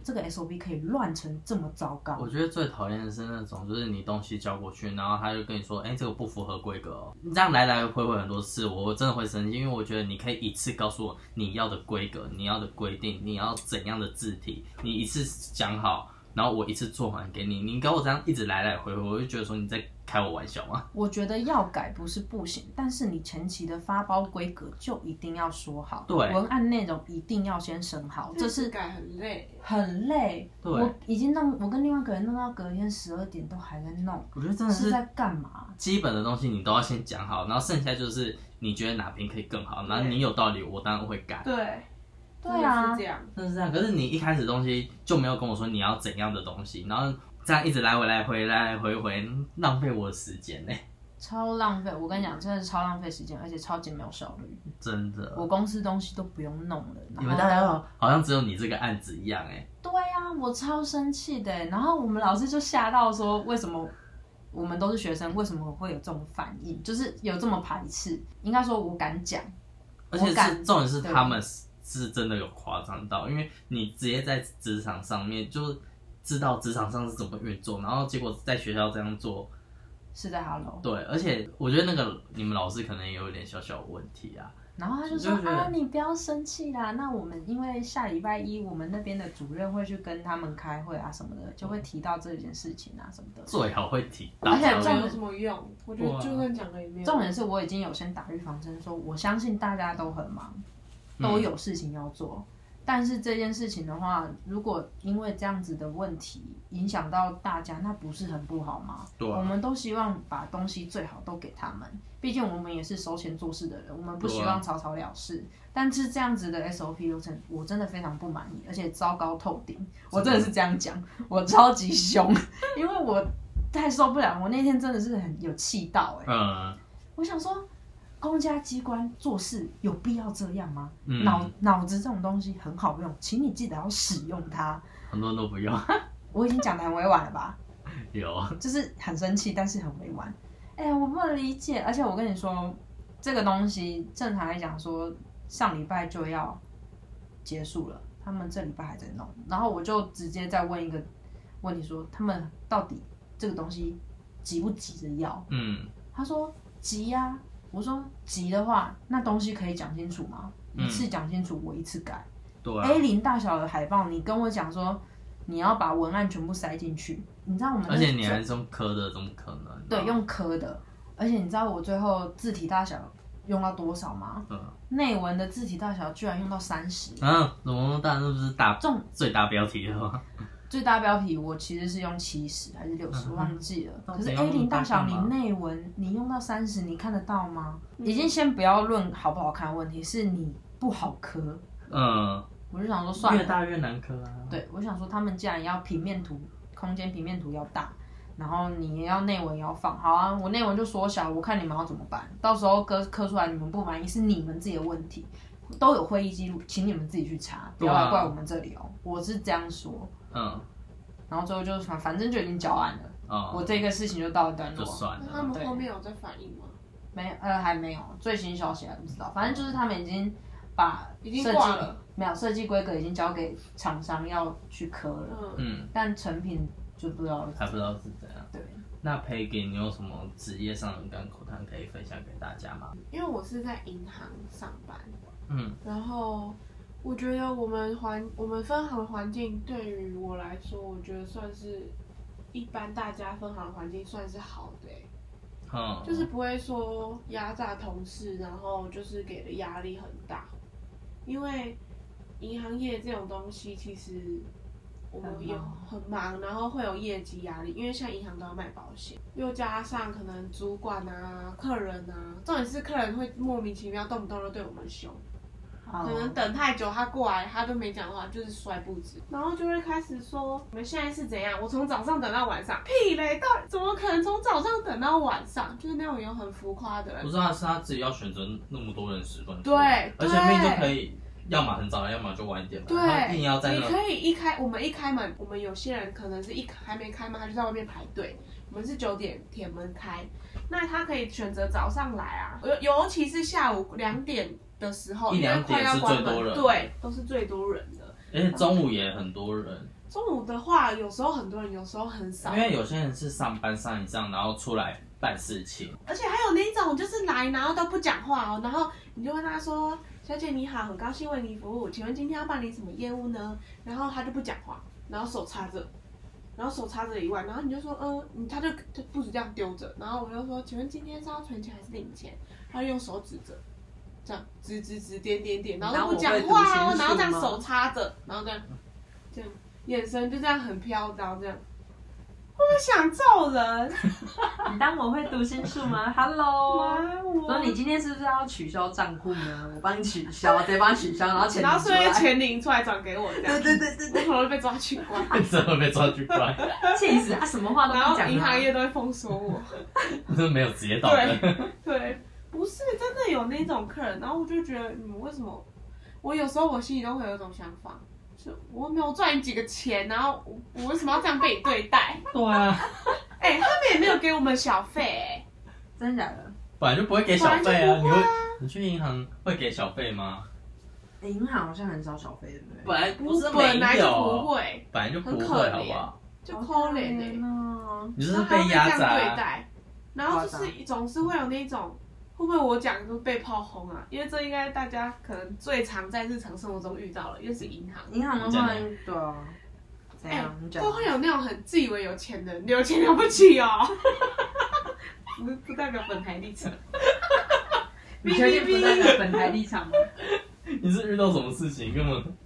S2: 这个 SOP 可以乱成这么糟糕。
S3: 我觉得最讨厌的是那种，就是你东西交过去，然后他就跟你说，哎、这个不符合规格哦。这样来来回回很多次，我真的会生气，因为我觉得你可以一次告诉我你要的规格、你要的规定、你要怎样的字体，你一次讲好，然后我一次做完给你。你给我这样一直来来回回，我就觉得说你在开我玩笑吗？
S2: 我觉得要改不是不行，但是你前期的发包规格就一定要说好，
S3: 对
S2: 文案内容一定要先审好，这
S1: 是
S2: 是
S1: 改很累，
S2: 很累。
S3: 对
S2: 我已经弄，我跟另外一个人弄到隔天十二点都还在弄，
S3: 我觉得真的
S2: 是
S3: 是
S2: 在干嘛？
S3: 基本的东西你都要先讲好，然后剩下就是你觉得哪边可以更好，然后你有道理，我当然会改。
S1: 对，
S2: 对啊
S1: 真的是这样。
S3: 真的是这样。可是你一开始东西就没有跟我说你要怎样的东西，然后这样一直来回来回来来回回，浪费我的时间欸呢、
S2: 超浪费！我跟你讲，真的是超浪费时间，而且超级没有效率。
S3: 真的。
S2: 我公司东西都不用弄了，
S3: 你
S2: 然
S3: 们
S2: 后
S3: 大家好好像只有你这个案子一样哎、
S2: 对啊，我超生气的欸。然后我们老师就吓到说，为什么我们都是学生，为什么会有这种反应？就是有这么排斥？应该说，我敢讲。
S3: 而且
S2: 我敢
S3: 是重点是
S2: 对
S3: 他们是是真的有夸张到，因为你直接在职场上面就知道职场上是怎么运作，然后结果在学校这样做，
S2: 是在 Hello，
S3: 对，而且我觉得那个你们老师可能也有一点小小的问题啊，
S2: 然后他就
S3: 就
S2: 说
S3: 觉得
S2: 啊，你不要生气啦。那我们因为下礼拜一我们那边的主任会去跟他们开会啊什么
S3: 嗯
S2: 的，就会提到这件事情啊什么的。
S3: 最好会提到，
S2: 而且
S1: 这样
S2: 重点
S1: 有什么用？我觉得就算讲了也没有。
S2: 重点是我已经有先打预防针，说我相信大家都很忙，
S3: 嗯
S2: 都有事情要做。但是这件事情的话，如果因为这样子的问题影响到大家，那不是很不好吗？
S3: 对啊
S2: 我们都希望把东西最好都给他们，毕竟我们也是收钱做事的人，我们不
S3: 对啊
S2: 希望草草了事。
S3: 啊
S2: 但是这样子的 SOP 流程，我真的非常不满意，而且糟糕透顶。我真的是这样讲，我超级凶，因为我太受不了。我那天真的是很有气到、欸，
S3: 嗯
S2: 我想说，公家机关做事有必要这样吗？
S3: 嗯
S2: 脑脑子这种东西很好用，请你记得要使用它。
S3: 很多人都不用
S2: 我已经讲的很委婉了吧，
S3: <laughs> 有。
S2: 就是很生气，但是很委婉。哎、我不能理解，而且我跟你说，这个东西正常来讲说上礼拜就要结束了，他们这礼拜还在弄，然后我就直接再问一个问题说，他们到底这个东西急不急着要？
S3: 嗯
S2: 他说急呀、我说急的话，那东西可以讲清楚吗？
S3: 嗯
S2: 一次讲清楚，我一次改。，
S3: 对啊
S2: A 零大小的海报，你跟我讲说你要把文案全部塞进去，你知道我们那
S3: 而且你还
S2: 种
S3: 是用磕的，怎么可能？
S2: 对，用刻的，而且你知道我最后字体大小用到多少吗？
S3: 嗯
S2: 内文的字体大小居然用到三十，
S3: 啊，怎么那么大？那不是大
S2: 重
S3: 最大标题了吗？
S2: 最大标题我其实是用七十还是六十，
S3: 嗯
S2: 忘记了。
S3: 到
S2: 可是 A
S3: 底要那
S2: 零
S3: 么大
S2: 大小，你
S3: 干嘛
S2: 内文你用到三十，你看得到吗？
S1: 嗯
S2: 已经先不要论好不好看的问题，是你不好磕。
S3: 嗯，
S2: 我就想说算
S3: 越
S2: 了，
S3: 大越难磕啊。，
S2: 对我想说他们既然要平面图，空间平面图要大，然后你也要内文也要放好啊，我内文就缩小，我看你们要怎么办。到时候磕磕出来你们不满意是你们自己的问题，都有会议记录，请你们自己去查，不要
S3: 对
S2: 来
S3: 啊
S2: 怪我们这里哦。我是这样说。
S3: 嗯
S2: 然后最后就反反正就已经交案了，
S3: 哦，
S2: 我这个事情就到一段
S3: 就
S2: 落。
S3: 算
S1: 那他
S3: 了。
S1: 们后面有在反应吗？
S2: 没呃还没有最新消息还不知道，反正就是他们已经把
S1: 已经
S2: 设计
S1: 挂了，
S2: 没有设计规格已经交给厂商要去刻了，
S1: 嗯，
S3: 嗯，
S2: 但成品就不知道
S3: 还不知道是怎样。
S2: 对，
S3: 那 Peggy，你有什么职业上的甘苦谈可以分享给大家吗？
S1: 因为我是在银行上班，
S3: 嗯，
S1: 然后我觉得我们环我们分行的环境对于我来说，我觉得算是一般大家分行的环境算是好的欸、
S3: 嗯，
S1: 就是不会说压榨同事，然后就是给的压力很大，因为银行业这种东西其实我们也
S2: 很忙
S1: 很忙，然后会有业绩压力，因为像银行都要卖保险，又加上可能主管啊、客人啊，重点是客人会莫名其妙动不动就对我们凶，
S2: 哦
S1: 可能等太久他过来他都没讲话，就是摔不止，然后就会开始说你们现在是怎样？我从早上等到晚上，屁嘞，到底怎么可能从早上等到晚上？就是那种有很浮夸的
S3: 不
S1: 人，
S3: 是啊他是他自己要选择那么多人十分钟，
S1: 对
S3: 而且
S1: 对
S3: 命就可以，要么很早，要么就晚一点嘛，
S1: 对
S3: 他硬要，在
S1: 你
S3: 那，
S1: 可以一开我们一开门，我们有些人可能是一还没开门他就在外面排队，我们是九点铁门开，那他可以选择早上来啊，尤尤其是下午两点的时候，
S3: 一
S1: 因为
S3: 两点
S1: 快要
S3: 是
S1: 关
S3: 最多
S1: 门
S3: 人
S1: 对，都是最多人的。
S3: 而且中午也很多人，
S1: 中午的话，有时候很多人，有时候很少，
S3: 因为有些人是上班上一上，然后出来办事
S1: <laughs>
S3: 情，
S1: 而且还有那种就是来然后都不讲话哦，然后你就问他说：“小姐你好，很高兴为您服务，请问今天要办理什么业务呢？”然后他就不讲话，然后手插着，然后手插着以外，然后你就说：“嗯，你他就他不止这样丢着。”然后我就说：“请问今天是要存钱还是领钱？”他就用手指着。这样指指指点点点，然后都不讲话哦，然后
S2: 然后我会读心术吗
S1: 这样手插着，然后这样，这样眼神就这样很飘飘，这样，会不会想揍人？
S2: <laughs> 你当我会读心术吗？Hello，
S1: 哇我
S2: 说你今天是不是要取消账户呢？我 <laughs> 帮你取消，直接帮你取消，然后钱
S1: 然后
S2: 领出
S1: 顺便
S2: 来。
S1: 钱领出来转给我，这样
S2: <laughs> 对对对
S1: <laughs> 我
S2: 对
S1: 可能会被抓去关，
S3: 真的被抓去关，
S2: 对，气死啊！什么话都
S1: 然
S2: 不
S1: 后
S2: 讲
S1: 银
S2: 啊
S1: 行！业都会封锁我。
S3: <laughs> 真的没有职业道德。
S1: 对，不是真的有那种客人，然后我就觉得你们为什么？我有时候我心里都会有一种想法，是我没有赚你几个钱，然后我我为什么要这样被你对待？
S3: <laughs> 对啊，
S1: 哎、他们也没有给我们小费、哎，
S2: 真的假的？
S3: 本来就不会给小
S1: 本
S3: 费
S1: 来
S3: 啊，
S1: 就
S3: 你
S1: 不会
S3: 会
S1: 啊
S3: 你去银行会给小费吗？
S2: 欸银行好像很少小费，对不对？
S3: 本来不是
S1: 本来
S3: 没
S1: 就
S3: 有
S1: 不，会，
S3: 本来就不
S1: 很
S3: 会，
S1: 可
S3: 好不
S1: 怜
S3: 好？
S1: 就
S2: 好
S1: 可
S2: 可
S1: 怜哎、
S2: 哦。
S3: 你就
S1: 然
S3: 是
S1: 后他
S3: 被
S1: 们
S3: 压
S1: 这样对
S3: 榨，啊
S1: 待，然后就是总是会有那种，会不会我讲就是被炮轰啊？因为这应该大家可能最常在日常生活中遇到了，又是银行，
S2: 银行的话，对啊，怎样？啊你讲
S1: 都哎会有那种很自以为有钱人，有钱了不起
S2: <laughs>
S1: 哦，不不代表本台立场，
S2: 你确定不代表本台立场吗？
S3: 你是遇到什么事情根本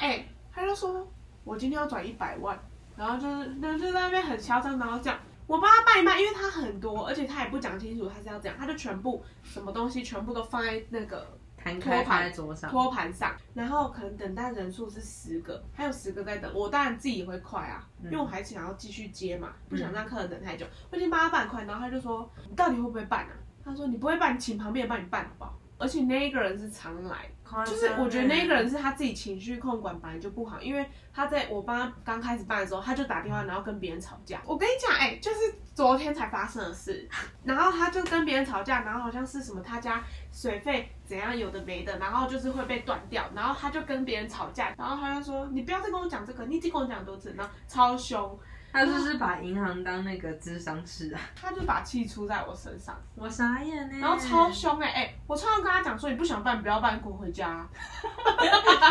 S1: 哎、他就说我今天要转一百万，然后就是那就在那边很嚣张，然后这样。我帮他卖一卖，因为他很多，而且他也不讲清楚他是要怎样，他就全部什么东西全部都放在那个
S2: 摊开放在桌上，
S1: 托盘上，然后可能等待人数是十个，还有十个在等。我当然自己会快啊，因为我还想要继续接嘛，不想让客人等太久。我已经帮他办快，然后他就说：“你到底会不会办啊？”他说：“你不会办，请旁边人帮你办好不好？”而且那一个人是常来，就是我觉得那一个人是他自己情绪控管本来就不好，因为他在我帮他刚开始办的时候，他就打电话然后跟别人吵架。我跟你讲，哎、就是昨天才发生的事，然后他就跟别人吵架，然后好像是什么他家水费怎样有的没的，然后就是会被断掉，然后他就跟别人吵架，然后他就说你不要再跟我讲这个，你已经跟我讲很多次，然后超凶，
S2: 他就是把银行当那个智商室啊，
S1: 他就把气出在我身上，
S2: 我傻眼欸
S3: 嗯
S2: 呢。
S1: 然后超凶哎、哎、我常常跟他讲说你不想办不要办，滚回家、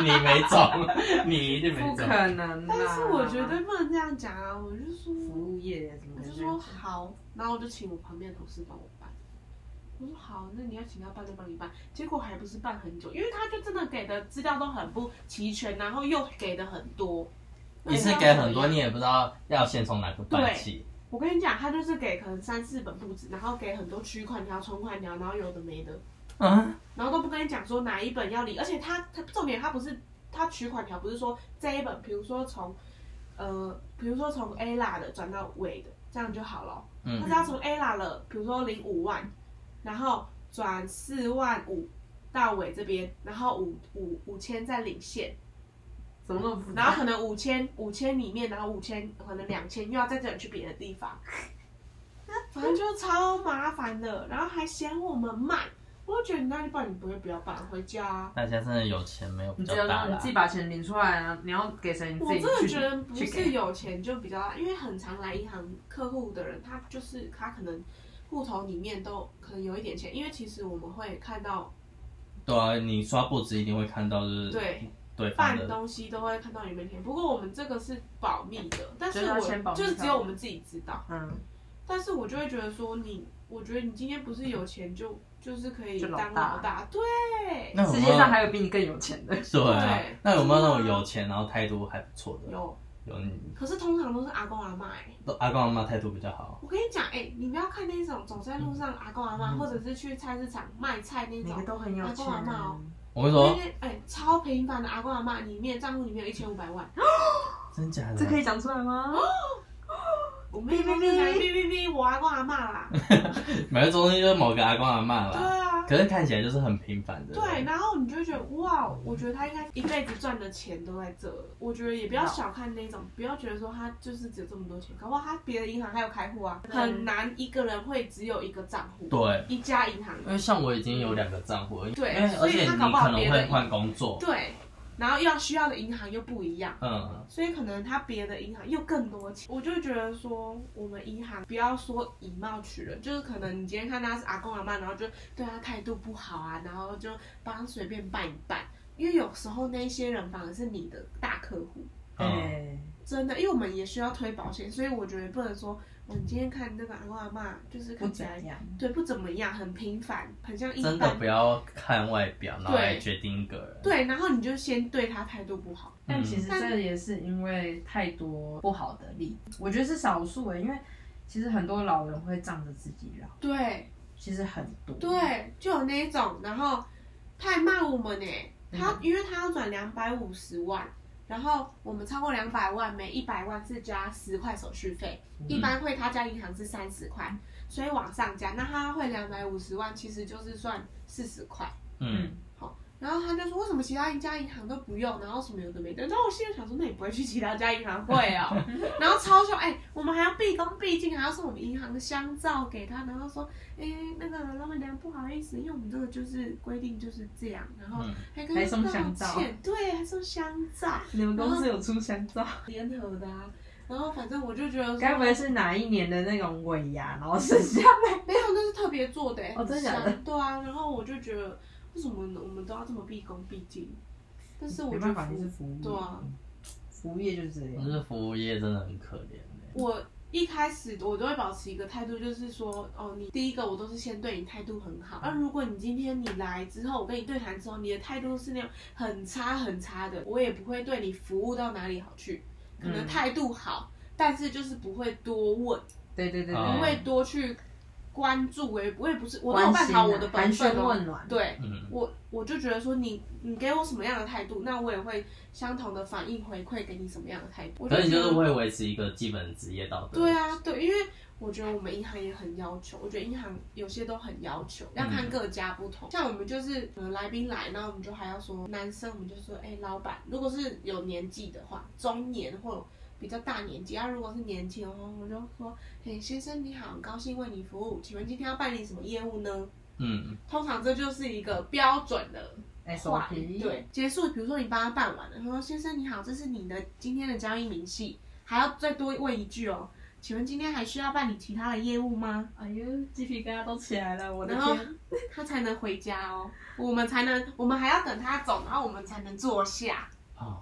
S3: 你没
S1: <laughs>
S3: 中，你一定没
S2: 不
S3: 中。
S2: 可能啦。
S1: 但是我觉得不能这
S3: <laughs> 嗯
S1: 样讲啊，我就说
S2: 服务业怎么
S1: 我
S2: 可
S1: 就
S2: 能
S1: 说好，然后我就请我旁边的同事帮我办。我说好，那你要请他办就帮你办，结果还不是办很久，因为他就真的给的资料都很不齐全，然后又给的很多。
S3: 你是给很多，你也不知道要先从哪个办起。
S1: 我跟你讲，他就是给可能三四本簿子，然后给很多区块条、存款条，然后有的没的，
S3: 嗯，
S1: 然后都不跟你讲说哪一本要理，而且他他重点他不是他取款条不是说这一本，比如说从呃，比如说从 A 啦的转到尾的，这样就好了。
S3: 嗯
S1: 他是要从 A 啦了，比如说零五万，然后转四万五到尾这边，然后五五五千再领现，
S2: 怎么那么复
S1: 然后
S2: 杂？
S1: 可能五千五千里面，然后五千可能两千又要再转去别的地
S5: <laughs>
S1: 方，反正就超麻烦的，然后还嫌我们慢。我我觉得你那你办你不会不要办，回家啊、
S3: 大家真的有钱没有比
S5: 你只
S3: 较
S5: 有
S3: 大
S5: 让你
S3: 啦
S5: 自。己把钱领出来啊！你要给谁，你自
S1: 我
S5: 己
S1: 真的
S5: 去
S1: 觉得不
S5: 去
S1: 是
S5: 给。
S1: 有钱就比较，因为很常来银行客户的人，他就是他可能户头里面都可能有一点钱，因为其实我们会看到
S3: 对啊，你刷不止一定会看到，就是
S1: 对
S3: 对方
S1: 办
S3: 的。
S1: 东西都会看到里面钱。不过我们这个是保密的，但是
S5: 就是要先保
S1: 我
S5: 密
S1: 就是只有
S5: 好
S1: 我们自己知道。
S5: 嗯，
S1: 但是我就会觉得说你，我觉得你今天不是有钱就就是可以
S5: 就老
S1: 当
S5: 大
S1: 老大，对，
S3: 那有
S5: 世
S3: 没
S5: 界上
S3: 有
S5: 还有比你更有
S1: <laughs>
S5: 钱的。
S3: 对啊
S1: 对？
S3: 那有没有那
S1: 真
S3: 种
S1: 的啊
S3: 有钱然后态度还不错的？
S1: 有。
S3: 有你
S1: 可是通常都是阿公阿妈、欸，
S3: 都阿公阿妈态度比较好。
S1: 我跟你讲，哎、你不要看那种走在路上阿公阿妈，或者是去菜市场卖菜那
S5: 每
S1: 种
S5: 个，都很有钱
S1: 阿公阿嬷哦
S5: 啊。
S3: 我跟你
S1: 那
S3: 说，
S1: 些哎、超平凡的阿公阿妈，里面账户里面有一千五百万，
S3: 真假的？
S5: 这可以讲出来吗？
S1: 我们哔哔哔哔哔哔，我阿公阿妈啦， <laughs>
S3: 买个东西就是某个阿公阿妈
S1: 对
S3: 啦，
S1: 啊，
S3: 可是看起来就是很平凡的。
S1: 对，然后你就会觉得哇，我觉得他应该一辈子赚的钱都在这了，我觉得也不要小看那种，不要觉得说他就是只有这么多钱，搞不好他别的银行还有开户啊，很难一个人会只有一个账户，
S3: 对，
S1: 一家银行，
S3: 因为像我已经有两个账户，
S1: 对
S3: 因为
S1: 所
S3: 而
S1: 以
S3: 且
S1: 他
S3: 你
S1: 搞不好
S3: 可能
S1: 别的
S3: 会换工作，
S1: 对，然后要需要的银行又不一样。
S3: 嗯，
S1: 所以可能他别的银行又更多钱，我就觉得说，我们银行不要说以貌取人，就是可能你今天看他是阿公阿妈，然后就对他态度不好啊，然后就帮他随便办一办，因为有时候那些人反而是你的大客户，
S3: 嗯，
S5: 哎，
S1: 真的，因为我们也需要推保险，所以我觉得不能说，我们今天看那个阿公阿妈就是
S2: 不
S1: 看起
S2: 怎
S1: 来
S2: 样。
S1: 对不怎么样，很平凡，很像一
S3: 真
S1: 般
S3: 的不要看外表，然后
S1: 对
S3: 来决定一个人。
S1: 对，然后你就先对他态度不好，
S2: 但其实这也是因为太多不好的例子，我觉得是少数欸诶，因为其实很多老人会仗着自己老，
S1: 对，
S2: 其实很多。，
S1: 对，就有那一种，然后他还骂我们呢、他因为他要转两百五十万，然后我们超过两百万，每一百万是加十块手续费，一般会他家银行是三十块，所以往上加，那他会两百五十万，其实就是算四十块。
S3: 嗯，
S1: 然后他就说，为什么其他一家银行都不用，然后什么有的没的。然后我心里想说，那你不会去其他家银行会
S5: <laughs>
S1: 哦。然后超凶，哎、我们还要毕恭毕敬，还要送我们银行的香皂给他，然后说，哎、那个老板娘不好意思，因为我们这个就是规定就是这样，然后
S3: 嗯
S1: 还跟
S5: 还
S1: 他
S5: 送
S1: 道
S5: 香皂
S1: 歉，对，还送香皂，
S5: 你们公司有出香皂？
S1: 联合的啊。然后反正我就觉得说，
S5: 该不会是哪一年的那种尾牙，然后剩下
S1: 没有，那是特别做的、欸，
S5: 哦真的假的
S1: 很香对啊，然后我就觉得，为什么我们都要这么毕恭毕敬？但是我
S5: 没
S1: 就
S5: 办法，
S1: 服
S5: 你是服务业，
S1: 对啊。
S5: 服务业就是这
S2: 嗯
S3: 就
S5: 样。
S3: 是服务业真的很可怜欸
S1: 我一开始我都会保持一个态度，就是说，哦，你第一个我都是先对你态度很好，而如果你今天你来之后，我跟你对谈之后，你的态度是那种很差很差的，我也不会对你服务到哪里好去，可能
S5: 嗯
S1: 态度好，但是就是不会多问，
S5: 对对对
S3: 哦
S1: 不
S5: 对，
S1: 会多去关注，我也我也不是我没有
S5: 关
S1: 办
S5: 心
S1: 好
S5: 啊
S1: 我的本
S5: 寒
S1: 分
S5: 暄
S1: 哦，
S5: 问暖，
S1: 对，
S3: 嗯，
S1: 我我就觉得说你你给我什么样的态度，那我也会相同的反应回馈给你什么样的态度，我
S3: 可是你
S1: 觉
S3: 就
S1: 得
S3: 是会维持一个基本职业道德。
S1: 对啊，对，因为我觉得我们银行也很要求，我觉得银行有些都很要求，要看各家不同。像我们就是呃来宾来，然后我们就还要说男生，我们就说哎、老板，如果是有年纪的话，中年或比较大年纪，啊，如果是年轻的话，我就说嘿先生你好，很高兴为您服务，请问今天要办理什么业务呢？
S3: 嗯，
S1: 通常这就是一个标准的话
S5: 哎
S1: 语
S5: SOP，
S1: 对，结束，比如说你帮他办完了，他说：“先生你好，这是你的今天的交易明细，还要再多问一句哦，请问今天还需要办理其他的业务吗
S5: 哎呦，鸡皮疙瘩都起来了，我？”的
S1: 然后
S5: 天！
S1: 他才能回家哦，我们才能，我们还要等他走，然后我们才能坐下。
S3: 哦，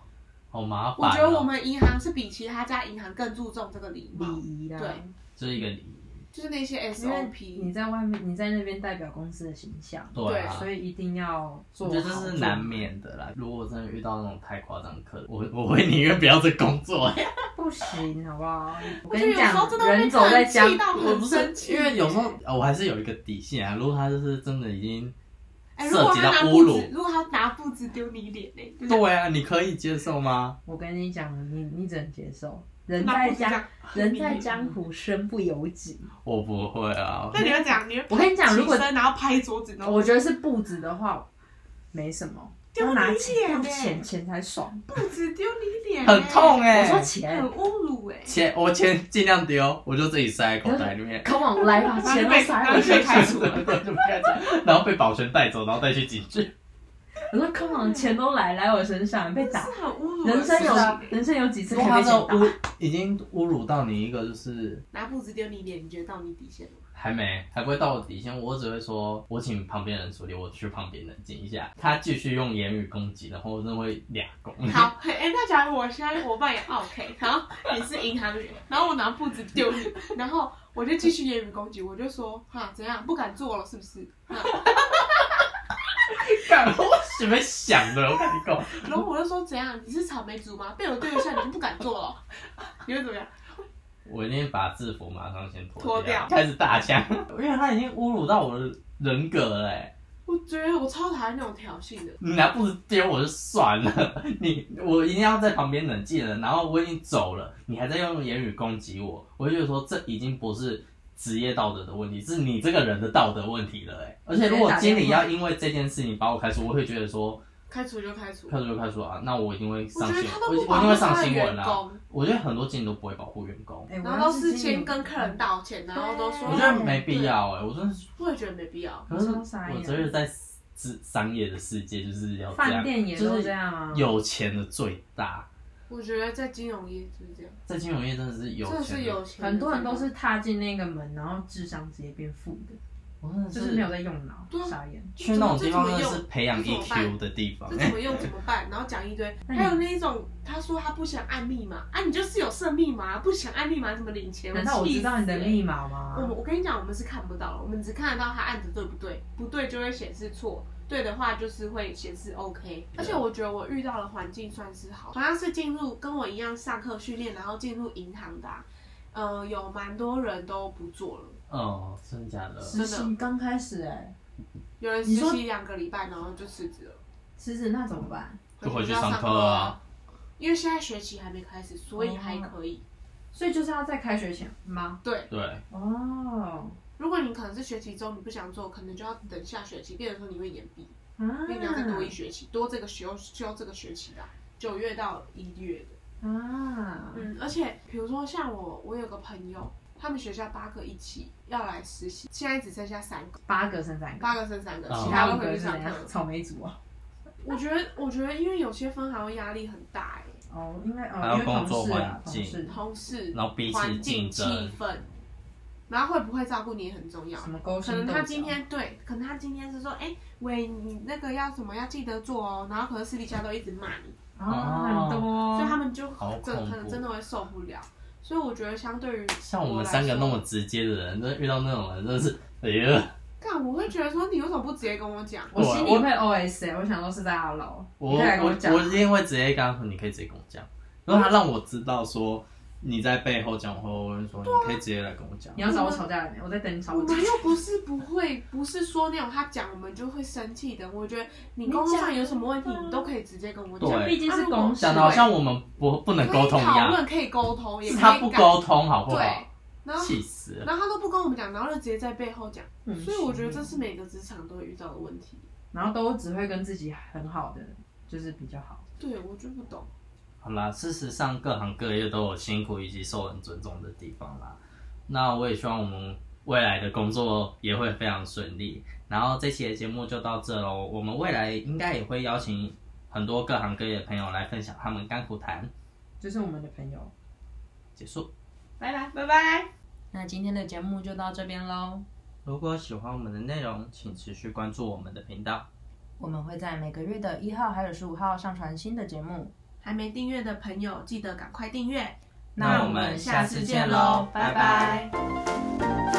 S3: 好麻
S1: 我
S3: 烦哦。
S1: 觉得我们银行是比其他家银行更注重这个礼貌，
S2: 嗯
S5: 礼仪啦，
S1: 对
S3: 就是一个礼仪，
S1: 就是那些
S5: 因为
S1: SOP。
S5: 你在外面，你在那边代表公司的形象，
S3: 对啊。
S5: 所以一定要做
S3: 我
S5: 好。
S3: 觉得这是难免的啦。如果真的遇到那种太夸张的客人，我 <laughs> 我会宁愿不要这工作、欸。
S5: 不行，好不好？
S1: 我
S5: 我跟
S1: 觉得
S5: 你
S1: 有时候
S5: 讲
S1: 真的，会
S5: 人走在江
S1: 被看气到
S3: 我不
S1: <laughs> 很
S3: 是
S1: 生气，
S3: 因为有时候呃我还是有一个底线啊。如果他就是真的已
S1: <laughs>
S3: 经，
S1: 哎，如果
S3: 涉及
S1: 他
S3: 到
S1: 拿
S3: 侮
S1: 布
S3: 辱
S1: 子，如果他拿布子丢你脸呢、就是
S3: 对啊，你可以接受吗？
S5: 我跟你讲，你你只能接受。人
S1: 拿
S5: 在
S1: 布子这
S5: 江
S1: 样
S5: 人在江湖身不由己。
S3: 我不会啊。
S1: 那你要讲，你会
S5: 我跟你讲
S1: 起
S5: 如果
S1: 嗯身然后拍桌子，然后
S5: 我觉得是步子的话，没什么。要
S1: 丢
S5: 拿
S1: 你
S5: 钱，要
S1: 脸
S5: 钱，
S1: 欸，
S5: 钱才爽。
S1: 不止丢你脸欸，
S3: 很痛哎、
S5: 我说
S1: 很
S5: 钱
S1: 侮辱哎。
S3: 钱我钱尽量丢，我就自己塞在口袋里
S1: <laughs>
S3: 面。
S5: ，Come on，来吧，钱都
S1: 被
S5: 塞
S1: 然后
S5: 回
S1: 就被
S5: 去。
S1: 开除
S3: 对就被开除 <laughs> 然后被保全带走，然后带去警局。
S5: 我说 Come on，钱都来来我身上，被打 <laughs>
S1: 是。很侮辱的
S5: 啊人
S1: 事情
S5: 生
S1: 欸，
S5: 有人生有几次
S3: 如
S5: 可
S3: 果他
S5: 以被
S3: 的
S5: 钱打？
S3: 侮已经侮辱到你一个就是
S1: 拿布子丢你脸，你觉得到你底线了吗？
S3: 还没还不会到我底线，我只会说我请旁边人处理，我去旁边冷静一下。他继续用言语攻击，然后我真的会俩攻。
S1: <laughs> 好，哎、那假如我现在我扮演 OK，然后你是银行员，然后我拿布子丢你，然后我就继续言语攻击，我就说哈怎样不敢做了是不是？哈
S3: <laughs> 干我怎么想的？我跟你讲，
S1: 然后我就说怎样你是草莓族吗？被我丢一下你就不敢做了，哦 <laughs> 你会怎么样？
S3: 我一定把制服马上先
S1: 脱掉
S3: 开始打枪，因为他已经侮辱到我的人格了、欸。
S1: 我觉得我超讨厌那种挑衅的，
S3: 你拿布子丢我就算了，你我一定要在旁边冷静了。然后我已经走了，你还在用言语攻击我，我就觉得说这已经不是职业道德的问题，是你这个人的道德问题了、欸。而且如果经理要因为这件事情把我开除，我会觉得说
S1: 开除就开除。
S3: 开除就开除啊，那我一定会
S1: 我
S3: 上
S1: 觉得
S3: 新
S1: 他
S3: 闻，
S1: 都
S3: 我一
S1: 不
S3: 我一
S1: 保
S3: 定会
S1: 护
S3: 上
S1: 他的
S3: 新闻
S1: 员
S3: 啦。
S1: 工，
S3: 我觉得很多经理都不会保护员工。
S5: 哎
S1: 然后都是
S5: 经理
S1: 先跟客人道歉，然后都说
S3: 我觉得没必要哎、我真的是，
S1: 我也觉得没必要。
S3: 可是
S5: 超傻眼
S3: 我真的在商商业的世界就是要这
S5: 饭
S3: 样，
S5: 店也
S3: 就
S5: 都
S3: 是
S5: 这样啊。
S3: 有钱的最大，
S1: 我觉得在金融业就是这样，
S3: 在金融业真的是有
S1: 真的
S3: 钱
S1: 是
S3: 的，
S1: 有钱的
S5: 很多人都是踏进那个门，然后智商直接变负的，
S3: 我真的
S5: 就是没有在用脑
S1: 对，啊
S5: 傻眼。
S3: 去那种地方
S1: 这怎
S3: 真的
S1: 么用
S3: 是培养
S1: 这怎
S5: E
S1: 么办
S3: EQ 的地方
S1: 这
S3: 哎、
S1: 怎么用怎么办？然后讲一堆，
S5: 那你
S1: 还有那一种，他说他不想按密码，啊，你就是有设密码，不想按密码怎么领钱？
S5: 难道我
S1: 气
S5: 知道你的
S1: 死欸
S5: 密码
S1: 我们
S5: 吗？
S1: 我跟你讲，我们是看不到的，我们只看得到他按的对不对，不对就会显示错，对的话就是会显示 OK。而且我觉得我遇到的环境算是好，好像是进入跟我一样上课训练，然后进入银行的、啊，呃，有蛮多人都不做了，
S3: 哦，真的假的？
S5: 实习刚开始哎，
S1: 有人实
S5: 你说
S1: 习两个礼拜，然后就辞职了，
S5: 辞职那怎么办？
S3: 就回去
S1: 学校
S3: 上
S1: 上
S3: 课啊。
S1: 因为现在学期还没开始，所以还
S5: 哦
S1: 可以。
S5: 所以就是要在开学前吗？
S1: 对，
S3: 对，
S5: 哦，
S1: 如果你可能是学期中你不想做，可能就要等下学期，变成说你会延毕，
S5: 啊，
S1: 因为你要再多一学期，多这个修修这个学期的啊九月到一月的。
S5: 啊，
S1: 嗯，而且比如说像我，我有个朋友，他们学校八个一起要来实习，现在只剩下三个，
S5: 八个剩三个，
S1: 八个剩三个，
S3: 哦
S1: 其
S5: 其
S1: 他
S5: 他
S1: 都
S5: 五
S1: 回
S5: 个
S1: 去
S5: 是怎
S1: 上课。
S5: 样？草莓族啊？
S1: 我觉得，我觉得因为有些分行会压力很大哎、
S5: 哦，因为
S3: 还
S5: 哦，
S3: 有
S5: 因为
S3: 工作
S5: 同事啊
S3: 环，
S5: 同
S3: 境
S5: 事
S1: 同事、
S3: 然后彼此
S1: 环境、
S3: 竞
S1: 气
S3: 争，
S1: 氛，然后会不会照顾你也很重要。
S5: 什么勾
S1: 可
S5: 心
S1: 能
S5: 斗
S1: 他
S5: 角。
S1: 今天对，可能他今天是说，哎、喂，你那个要什么要记得做哦，然后可能私底下都一直骂你，
S5: 啊，很
S2: 哦
S1: 所以他
S5: 多，
S1: 们就
S3: 好
S1: 真
S3: 恐
S1: 可能
S3: 怖
S1: 真的会受不了。所以我觉得相对于
S3: 像我
S1: 我
S3: 们
S1: 来
S3: 三个
S1: 说
S3: 那么直接的人，真的遇到那种人真的是，哎呀，
S1: 干，我会觉得说你为什么不直接跟我讲？
S5: 我
S3: 啊
S5: 心里会 OS 哎，我想说是在阿楼，
S3: 我
S5: 你可以来跟
S3: 我
S5: 讲
S3: 我一定会直接跟他说，你可以直接跟我讲。如果他让我知道说你在背后讲我，我会说你可以直接来跟我讲
S1: 啊
S5: 你。要找我吵架了没？我在等你吵
S1: 我
S5: 我
S2: <laughs>
S5: 架
S1: 们。又不是不会，不是说那种他讲我们就会生气的。我觉得你工作上有什么问题，你都可以直接跟我讲。
S3: 对
S5: 毕竟是公事，
S3: 讲的好像我们不不能沟通
S1: 欸可以
S3: 一
S1: 讨
S3: 样，
S1: 论，可以沟通，也
S3: 是
S1: 可以
S3: 他不
S1: 改
S3: 沟通好不
S1: 对啊
S3: 好？，
S1: 然后
S3: 气死了！
S1: 然后他都不跟我们讲，然后就直接在背后讲。
S5: 嗯
S1: 所以我觉得这是每个职场都会遇到的问题。
S5: 然后都只会跟自己很好的，就是比较好。
S1: 对，我就不懂。
S3: 好啦，事实上各行各业都有辛苦以及受人尊重的地方啦。那我也希望我们未来的工作也会非常顺利。然后这期的节目就到这喽，我们未来应该也会邀请很多各行各业的朋友来分享他们甘苦谈。
S5: 就是我们的朋友，
S3: 结束。
S5: 拜拜。
S1: <laughs> 拜拜。
S2: 那今天的节目就到这边喽，
S3: 如果喜欢我们的内容，请持续关注我们的频道。
S2: 我们会在每个月的一号还有十五号上传新的节目。
S1: 还没订阅的朋友，记得赶快订阅。
S3: 那我们下次见喽拜拜